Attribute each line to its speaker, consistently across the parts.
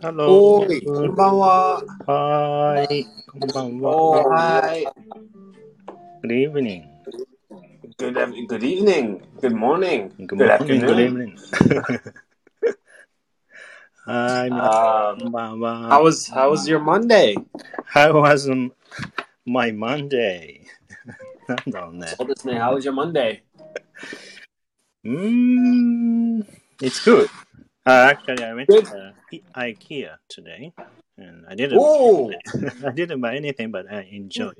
Speaker 1: ハロ
Speaker 2: おーい、
Speaker 1: ー。
Speaker 2: こんばんは。
Speaker 1: はーい。こんばん
Speaker 2: お
Speaker 1: は。
Speaker 2: はい。
Speaker 1: Good evening.
Speaker 2: Good, ev- good evening. Good morning.
Speaker 1: Good morning. Good
Speaker 2: afternoon.
Speaker 1: evening. はーい、皆さ
Speaker 2: Um,
Speaker 1: ん、こんばん
Speaker 2: how
Speaker 1: は。
Speaker 2: was how was your Monday?
Speaker 1: How was um, my Monday? なんだろうね。
Speaker 2: そうですね。How was your Monday?
Speaker 1: うーん。It's Mm, good. Uh, actually, I went to the I- IKEA today, and I didn't,
Speaker 2: Oh,
Speaker 1: I didn't buy anything, but I enjoyed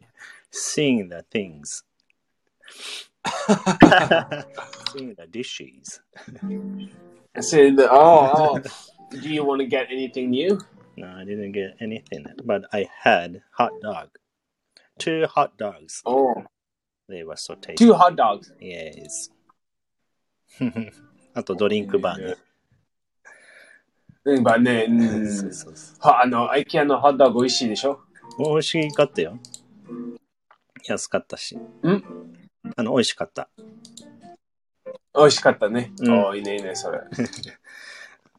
Speaker 1: seeing the things, seeing the dishes.
Speaker 2: I said, oh, oh. Do you want to get anything new?
Speaker 1: No, I didn't get anything, but I had hot dog. Two hot dogs.
Speaker 2: Oh,
Speaker 1: They were so tasty.
Speaker 2: two hot dogs.
Speaker 1: Yes. あとドリンクバーね。
Speaker 2: うんまあね、う
Speaker 1: そ
Speaker 2: ん
Speaker 1: う。そうそ
Speaker 2: はあの、IKEA のハットドッグ美味しいでしょ
Speaker 1: う。美味しかったよ。安かったし。
Speaker 2: ん
Speaker 1: あの、美味しかった。
Speaker 2: 美味しかったね。
Speaker 1: うん
Speaker 2: おーいいねいいね、それ。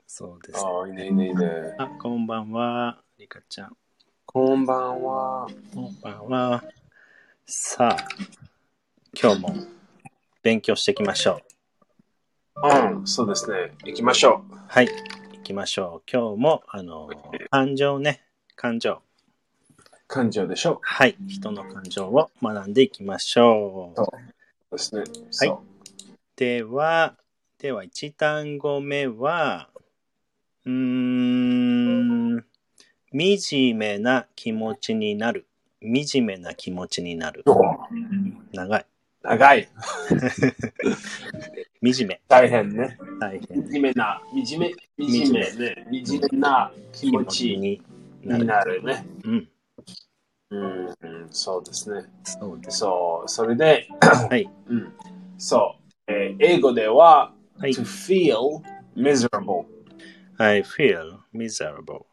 Speaker 1: そうです。
Speaker 2: おーいいねいいねいいね。
Speaker 1: あ、こんばんは。リカちゃん。
Speaker 2: こんばんは。
Speaker 1: こんばんは。さあ、今日も勉強していきましょ
Speaker 2: うん、そうですね。行きましょ
Speaker 1: う。はい。行きましょう。今日も、あの、感情ね。感情。
Speaker 2: う。感情でしょ
Speaker 1: はい、人の感情を学んでいきましょう。
Speaker 2: そうですね。そう。
Speaker 1: では、では1単語目は、うーん、惨めな気持ちになる。惨めな気持ちになる。
Speaker 2: お
Speaker 1: 長い。
Speaker 2: 長い。
Speaker 1: 惨め。
Speaker 2: 大変ね。
Speaker 1: 大変。
Speaker 2: 惨めな、惨め、惨めね。惨めな気持ちに
Speaker 1: になる。
Speaker 2: なるね。
Speaker 1: うん。
Speaker 2: うん、うんそうですね。
Speaker 1: そうです。
Speaker 2: そう、それで、
Speaker 1: はい。
Speaker 2: うん、そう、えー英語では、
Speaker 1: はい
Speaker 2: to。feel miserable。
Speaker 1: I feel miserable.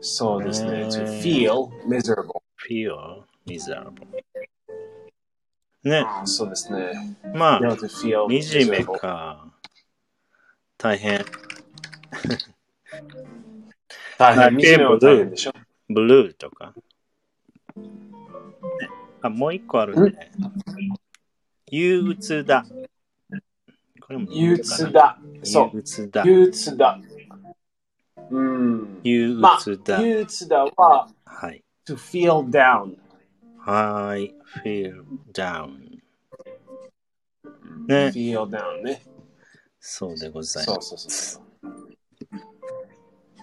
Speaker 2: そうですね。
Speaker 1: うん
Speaker 2: to feel miserable。
Speaker 1: feel miserable. ね、
Speaker 2: そうですね。
Speaker 1: まあ、
Speaker 2: yeah, to feel
Speaker 1: 惨め
Speaker 2: miserable。
Speaker 1: か。大変。
Speaker 2: 大
Speaker 1: まあ
Speaker 2: 変、惨めは大変でしょ。
Speaker 1: ブルーとか。あ、もう一個あるね。憂鬱だ。これも
Speaker 2: 憂鬱。だ。
Speaker 1: 憂
Speaker 2: そう、
Speaker 1: 鬱だ。
Speaker 2: 憂鬱だ。うん。
Speaker 1: 憂
Speaker 2: ま
Speaker 1: 鬱だ
Speaker 2: あ、。憂鬱だは、
Speaker 1: はい。
Speaker 2: to feel down。
Speaker 1: I feel down. ね。
Speaker 2: feel down ね。
Speaker 1: そうでござい
Speaker 2: そ
Speaker 1: ま
Speaker 2: うそうそう。
Speaker 1: す。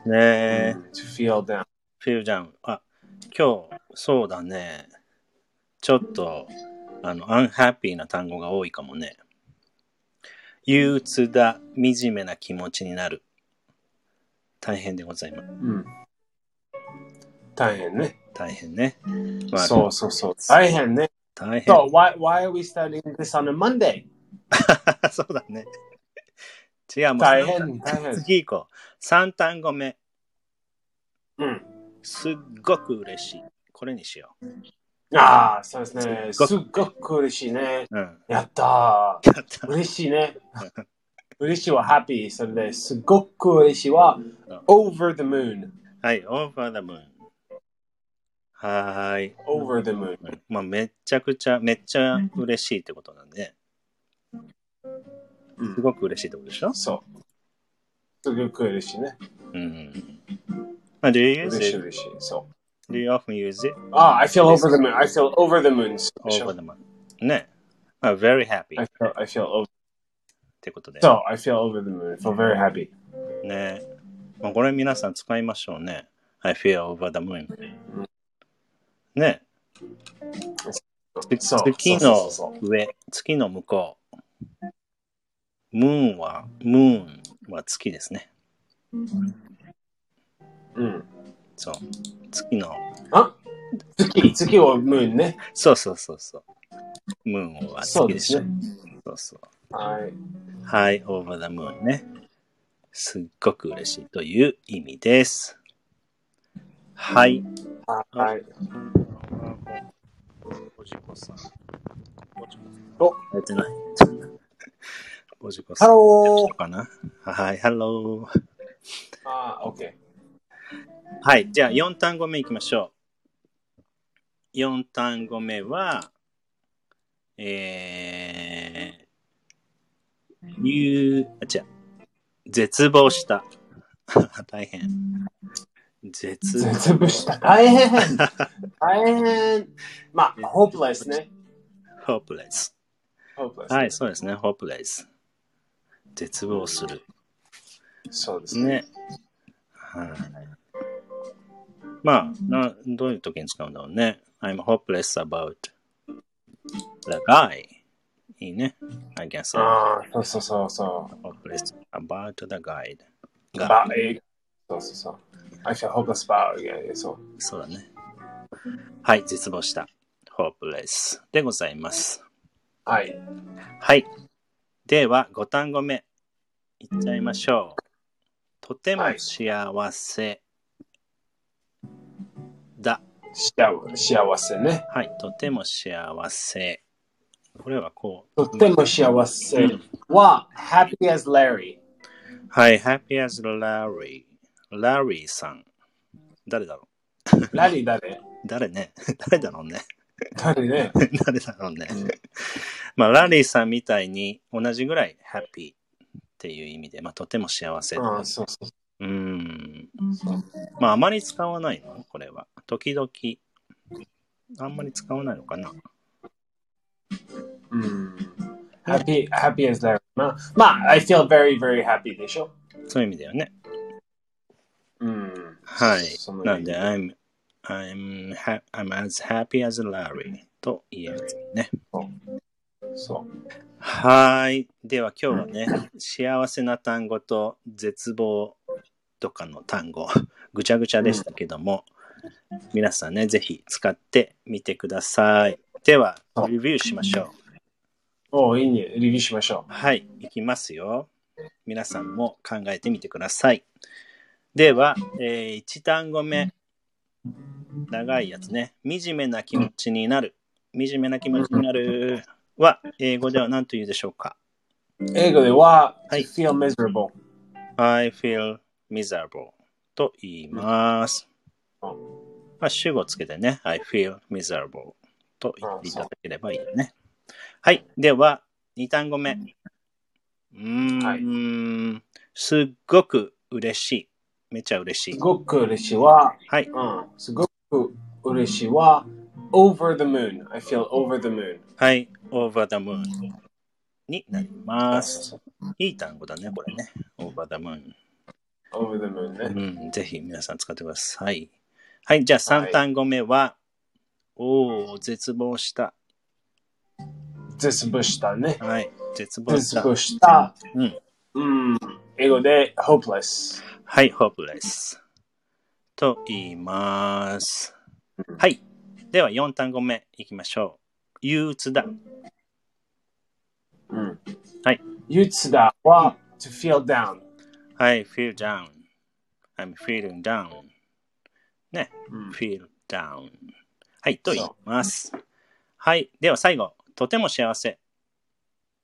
Speaker 1: ね
Speaker 2: to feel down。
Speaker 1: feel down. あ、今日、そうだね。ちょっと、あの、unhappy な単語が多いかもね。憂鬱だ。惨めな気持ちになる。大変でございます。
Speaker 2: うん。大変ね。
Speaker 1: 大変ね。まあ、
Speaker 2: そうそうそう。大変ね。
Speaker 1: 大変。
Speaker 2: So, why, why are we studying this on a Monday?
Speaker 1: そうだね。違う、もう
Speaker 2: 大変、大変。
Speaker 1: 次行こう。三単語目。
Speaker 2: うん。
Speaker 1: すっごく嬉しい。これにしよ
Speaker 2: ああ、そうですね。
Speaker 1: すっごく
Speaker 2: すっごく嬉しいね。
Speaker 1: う。うん。
Speaker 2: やった
Speaker 1: やった
Speaker 2: ー。嬉しいね。嬉しいは happy。それですっごく嬉しいは over the moon。
Speaker 1: はい、over the moon。はーい。
Speaker 2: over the moon。
Speaker 1: まあ、めっちゃくちゃ、めっちゃ嬉しいってことなんで、
Speaker 2: う
Speaker 1: す
Speaker 2: ん、
Speaker 1: ごく嬉しいってことでしょ
Speaker 2: そう。すごく嬉しいね。
Speaker 1: うん。まあ、do you
Speaker 2: 嬉
Speaker 1: use
Speaker 2: しい
Speaker 1: it?
Speaker 2: 嬉しい。そう。
Speaker 1: Do you often use it?
Speaker 2: ああ、I Ah, feel over the moon. I feel over the moon. そうでしょ
Speaker 1: over the moon. ね。まあ、very happy
Speaker 2: I
Speaker 1: っ
Speaker 2: feel, I feel over.
Speaker 1: てことで。
Speaker 2: So I feel over the moon. I feel very happy.
Speaker 1: ね。まあ、これ皆さん使いましょうね。I feel over the moon. ね。
Speaker 2: そう
Speaker 1: 月
Speaker 2: そうそ
Speaker 1: の
Speaker 2: うそう
Speaker 1: 上、月の向こう。ムーンは、ムーンは月ですね。
Speaker 2: うん。
Speaker 1: そう。月の、
Speaker 2: あ月、月をムーンね。
Speaker 1: そうそうそうそう。ムーンは
Speaker 2: そ
Speaker 1: 月
Speaker 2: うで
Speaker 1: ですしょ。
Speaker 2: ね。
Speaker 1: そうそう。
Speaker 2: はい。
Speaker 1: High over the moon ね。すっごく嬉しいという意味です。はい。
Speaker 2: はい。
Speaker 1: おじこさん。おじこさ
Speaker 2: お、
Speaker 1: ん。やってない。おじこさ
Speaker 2: ハ
Speaker 1: ん。
Speaker 2: ロ
Speaker 1: かなはい、ハロー。
Speaker 2: Ah, ー。あー、オッケー。
Speaker 1: はい。じゃあ、4単語目いきましょう。4単語目は、えー、ゆう、あ、違う。絶望した。 大変。絶
Speaker 2: 望絶望した。大変大変まあ、hopeless ね。
Speaker 1: hopeless。
Speaker 2: hopeless。
Speaker 1: はい、そうですね。hopeless。絶望する。
Speaker 2: そう
Speaker 1: Mm.
Speaker 2: ですね。ね
Speaker 1: はい、まあな、どういう時に使うんだろうね。I'm hopeless about the guy. いいね。I can say.。
Speaker 2: ああ、そうそうそうそう
Speaker 1: hopeless about the guy.
Speaker 2: がそうそうそう。I feel hopeless about, yeah, そう。
Speaker 1: そうだね。はい、絶望した。hopeless でございます。
Speaker 2: はい。
Speaker 1: はい。では、5単語目。いっちゃいましょう。とても幸せだ。
Speaker 2: 幸せね。
Speaker 1: はい、とても幸せ。これはこ
Speaker 2: う。とても幸せは、happy as Larry。
Speaker 1: はい、happy as Larry。Larry さん。誰だろ
Speaker 2: うラリー誰
Speaker 1: 誰ね 誰だろうね。
Speaker 2: 誰ね
Speaker 1: 誰だろうね。 まあ、ラリーさんみたいに同じぐらい happy っていう意味で、まあ、とても幸せ。
Speaker 2: あそうそう
Speaker 1: うん。まあ、あまり使わないのこれは。時々。あんまり使わないのかな。
Speaker 2: うん。happy, happy as that. まあ、まあ、I feel very, very happy でしょ。
Speaker 1: そういう意味だよね。
Speaker 2: うん。
Speaker 1: はい。なんで、I'm, I'm, ha I'm as happy as Larry と言えるね。
Speaker 2: そう。
Speaker 1: はい。では今日はね、幸せな単語と絶望とかの単語、ぐちゃぐちゃでしたけども、うん、皆さんね、ぜひ使ってみてください。では、リビューしましょ
Speaker 2: う。おいいね。リビューしましょう。
Speaker 1: はい。いきますよ。皆さんも考えてみてください。では、えー、1単語目。長いやつね。惨めな気持ちになる。惨めな気持ちになる。は英語では何と言うでしょうか
Speaker 2: 英語では、はい、feel miserable。
Speaker 1: I feel miserable と言います。まあ、主語つけてね、I feel miserable と言っていただければいいよね。はい、では、2単語目。うーん、はい、すっごく嬉しい。めちゃ嬉しい。
Speaker 2: すごく嬉しいは、
Speaker 1: はい、
Speaker 2: うん、すごく嬉しいは、over the moon. I feel over the moon.
Speaker 1: はい、over the moon になります。いい単語だね、これね。over the moon。
Speaker 2: over the moon
Speaker 1: ね。うん、ぜひ皆さん使ってください。はい、じゃあ3単語目は、はい、おお、絶望した。
Speaker 2: 絶望したね。
Speaker 1: はい、絶望した。
Speaker 2: 絶望した。
Speaker 1: うん。
Speaker 2: うん、英語で hopeless。
Speaker 1: はい、hopeless。と言います。はい。では4単語目いきましょう。憂鬱だ。
Speaker 2: うん。
Speaker 1: はい。
Speaker 2: 憂鬱だは、to feel down。
Speaker 1: はい、feel down。I'm feeling down。ね、うん、feel down。はい、と言います。はい、では最後、とても幸せ。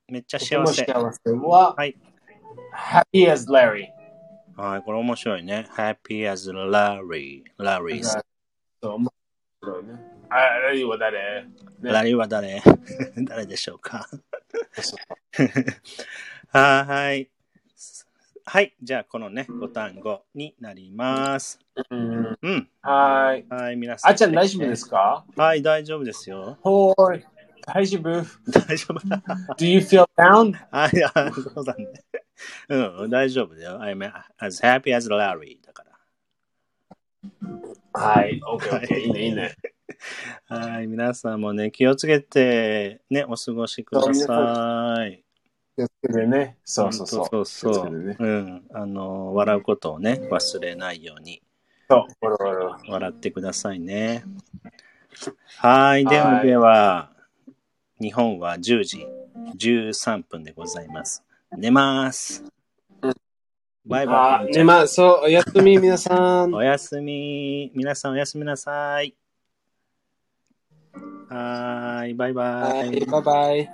Speaker 1: めっちゃ幸
Speaker 2: せ。とても幸せは、
Speaker 1: はい、
Speaker 2: happy as Larry。
Speaker 1: はい、これ面白いね。happy as Larry。Larry's。
Speaker 2: そう面白いね。あラリーは誰、ね、
Speaker 1: ラリーは誰 誰でしょうか はい。はい。じゃあ、このね、ご単語になります。
Speaker 2: うん。
Speaker 1: うん、
Speaker 2: はい。
Speaker 1: はい、皆さん。
Speaker 2: あちゃん、大丈夫ですか
Speaker 1: はい、大丈夫ですよ。
Speaker 2: ほーい。大丈夫
Speaker 1: 大丈夫。
Speaker 2: Do you feel down?
Speaker 1: はい、そうだね。うん、大丈夫だよ。I'm as happy as Larry だから。
Speaker 2: はい、OK、OK。いいね、いいね。
Speaker 1: はい、皆さんもね、気をつけて、ね、お過ごしください。
Speaker 2: 気をつけてね。そうそうそう。
Speaker 1: そうそう、ね、うん。あの、笑うことをね、忘れないように。
Speaker 2: そう、笑
Speaker 1: 笑ってくださいね。はい、ではでは、日本は10時13分でございます。寝ます。うん、バイバイ。
Speaker 2: 寝ます。そう、おやすみ、皆さん。
Speaker 1: おやすみ。皆さん、おやすみなさい。はい、バイバイ。
Speaker 2: バイバイ。